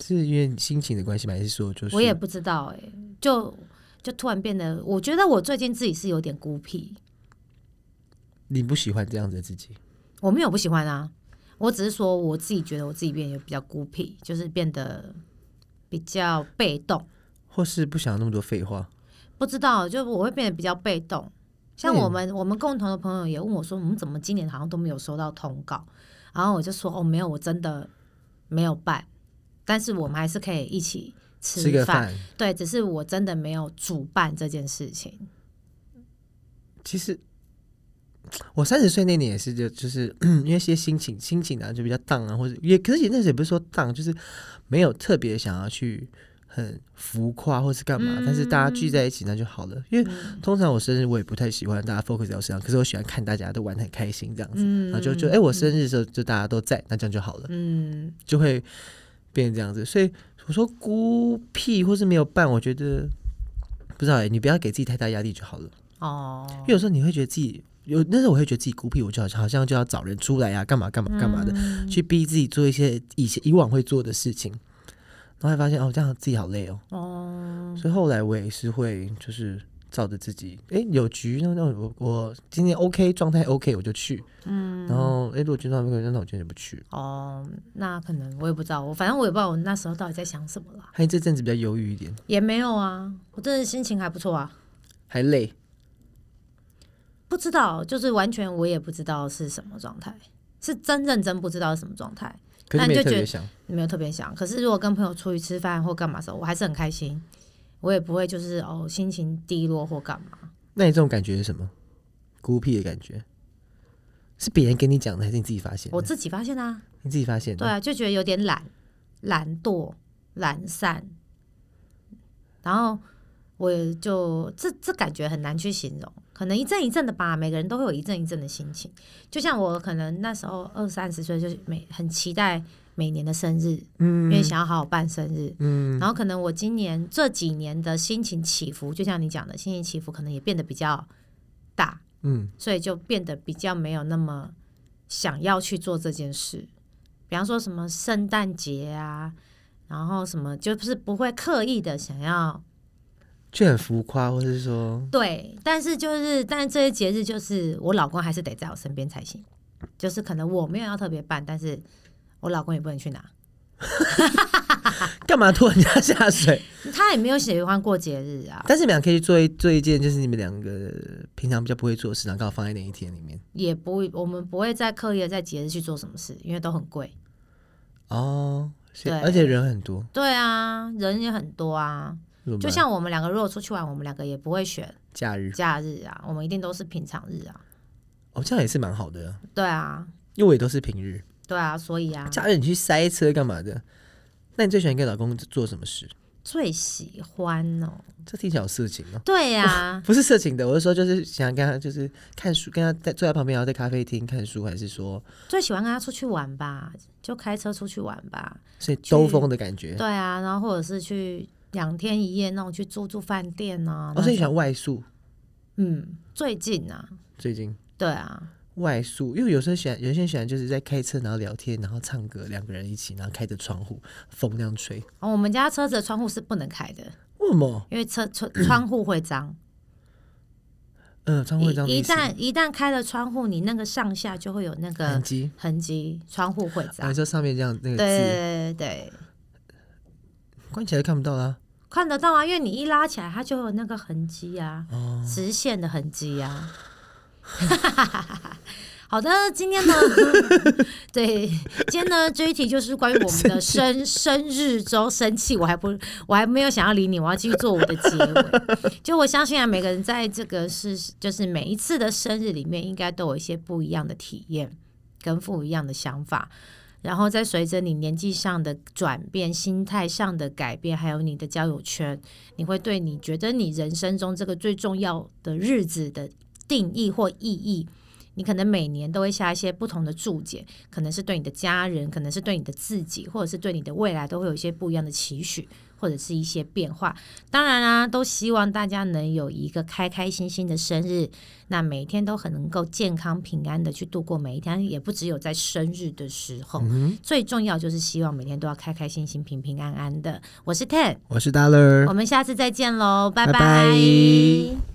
Speaker 3: 是因为心情的关系吗？还是说就是
Speaker 2: 我也不知道哎、就就突然变得，我觉得我最近自己是有点孤僻，
Speaker 3: 你不喜欢这样子的自己？
Speaker 2: 我没有不喜欢啊，我只是说我自己觉得我自己变得比较孤僻，就是变得比较被动。
Speaker 3: 或是不想那么多废话，
Speaker 2: 不知道，就我会变得比较被动。像
Speaker 3: 嗯
Speaker 2: 我们、我们共同的朋友也问我说，我们怎么今年好像都没有收到通告？然后我就说，哦，没有，我真的没有办，但是我们还是可以一起吃
Speaker 3: 吃个饭。
Speaker 2: 对，只是我真的没有主办这件事情。
Speaker 3: 其实我三十岁那年也是就，就是 因为一些心情心情啊就比较荡啊，或者也可是也那时候也不是说荡，就是没有特别想要去很浮夸或是干嘛，但是大家聚在一起那就好了。因为通常我生日我也不太喜欢大家 focus 在我身上，可是我喜欢看大家都玩得很开心这样子，然后就就哎、我生日的时候就大家都在，那这样就好了。
Speaker 2: 嗯，
Speaker 3: 就会变成这样子。所以我说孤僻或是没有伴，我觉得不知道哎、你不要给自己太大压力就好了。
Speaker 2: 哦，
Speaker 3: 因为有时候你会觉得自己有那时候我会觉得自己孤僻，我就好像好像就要找人出来呀、干嘛干嘛干嘛的，
Speaker 2: 嗯
Speaker 3: 去逼自己做一些以前以往会做的事情。然后才发现哦，这样自己好累哦。
Speaker 2: 哦，
Speaker 3: 所以后来我也是会就是照着自己，哎、有局那那我我今天 OK 状态 OK 我就去，嗯，然后哎、如果今天状态不 OK，那我今天就不去。
Speaker 2: 哦，那可能我也不知道，我反正我也不知道我那时候到底在想什么啦，
Speaker 3: 还这阵子比较忧郁一点，
Speaker 2: 也没有啊，我真的心情还不错啊，
Speaker 3: 还累，
Speaker 2: 不知道，就是完全我也不知道是什么状态，是真认真不知道是什么状态，
Speaker 3: 可是
Speaker 2: 那
Speaker 3: 没有
Speaker 2: 你就
Speaker 3: 特
Speaker 2: 觉
Speaker 3: 别
Speaker 2: 得
Speaker 3: 想。
Speaker 2: 没有特别想。可是如果跟朋友出去吃饭或干嘛的时候，我还是很开心，我也不会就是哦心情低落或干嘛。
Speaker 3: 那你这种感觉是什么？孤僻的感觉，是别人跟你讲的，还是你自己发现的？
Speaker 2: 我自己发现啊，
Speaker 3: 你自己发现的。
Speaker 2: 对啊，就觉得有点懒、懒惰、懒散，然后我也就这这感觉很难去形容，可能一阵一阵的吧，每个人都会有一阵一阵的心情。就像我可能那时候二三十岁，就是每很期待每年的生日，因为
Speaker 3: 嗯
Speaker 2: 想要好好办生日。
Speaker 3: 嗯，
Speaker 2: 然后可能我今年这几年的心情起伏，就像你讲的，心情起伏可能也变得比较大，
Speaker 3: 嗯，
Speaker 2: 所以就变得比较没有那么想要去做这件事。比方说什么圣诞节啊，然后什么就不是不会刻意的想要
Speaker 3: 就很浮夸，或是说，
Speaker 2: 对，但是就是但是这些节日就是我老公还是得在我身边才行，就是可能我没有要特别办，但是我老公也不能去拿，
Speaker 3: 干嘛拖人家 下水？
Speaker 2: 他也没有喜欢过节日啊，
Speaker 3: 但是你们俩可以做一做一件，就是你们两个平常比较不会做的事，然后刚好放在那一天里面。
Speaker 2: 也不会，我们不会再刻意的在节日去做什么事，因为都很贵。
Speaker 3: 哦，是
Speaker 2: 对
Speaker 3: 而且人很多，
Speaker 2: 对啊，人也很多啊。
Speaker 3: 怎么办
Speaker 2: 就像我们两个如果出去玩，我们两个也不会选
Speaker 3: 假日，
Speaker 2: 假日啊，我们一定都是平常日啊。
Speaker 3: 哦，这样也是蛮好的啊，
Speaker 2: 对啊，
Speaker 3: 因为我也都是平日。
Speaker 2: 对啊，所以啊，
Speaker 3: 假日你去塞车干嘛的？那你最喜欢跟老公做什么事？
Speaker 2: 最喜欢哦，
Speaker 3: 这听起来有色情哦。
Speaker 2: 对啊呀、
Speaker 3: 不是色情的，我是说，就是想跟他，就是看书，跟他在坐在旁边，然后在咖啡厅看书，还是说，
Speaker 2: 最喜欢跟他出去玩吧，就开车出去玩吧。
Speaker 3: 所以
Speaker 2: 去
Speaker 3: 兜风的感觉。
Speaker 2: 对啊，然后或者是去两天一夜那种去住住饭店啊。
Speaker 3: 哦，所以
Speaker 2: 那种
Speaker 3: 你想外宿？
Speaker 2: 嗯，最近啊，
Speaker 3: 最近
Speaker 2: 对啊，
Speaker 3: 外宿，因为有时候喜欢，有些人喜欢就是在开车，然后聊天，然后唱歌，两个人一起，然后开着窗户，风那样吹。
Speaker 2: 哦我们家车子的窗户是不能开的，
Speaker 3: 为什么？
Speaker 2: 因为车 窗窗户会脏。
Speaker 3: 嗯、窗户会这样
Speaker 2: 一一
Speaker 3: 子
Speaker 2: 旦一旦开了窗户，你那个上下就会有那
Speaker 3: 痕
Speaker 2: 个
Speaker 3: 迹，
Speaker 2: 痕迹，窗户会
Speaker 3: 啊，你
Speaker 2: 脏。
Speaker 3: 说上面这样那个
Speaker 2: 对
Speaker 3: 字
Speaker 2: 对对对，
Speaker 3: 关起来就看不到啦、
Speaker 2: 看得到啊，因为你一拉起来，它就有那个痕迹啊，
Speaker 3: 哦
Speaker 2: 直线的痕迹啊。 好的，今 天呢，对，今天呢这一题就是关于我们的 生生日周生气，我还不，我还没有想要理你，我要继续做我的结 尾。就我相信啊，每个人在这个是，就是每一次的生日里面，应该都有一些不一样的体验跟不一样的想法。然后再随着你年纪上的转变、心态上的改变，还有你的交友圈，你会对你觉得你人生中这个最重要的日子的定义或意义，你可能每年都会下一些不同的注解，可能是对你的家人，可能是对你的自己，或者是对你的未来，都会有一些不一样的期许。或者是一些变化，当然啦、都希望大家能有一个开开心心的生日，那每天都很能够健康平安的去度过每一天，也不只有在生日的时候。最重要就是希望每天都要开开心心、平平安安的。我是 Ten，
Speaker 3: 我是 Dollar，
Speaker 2: 我们下次再见喽，拜
Speaker 3: 拜拜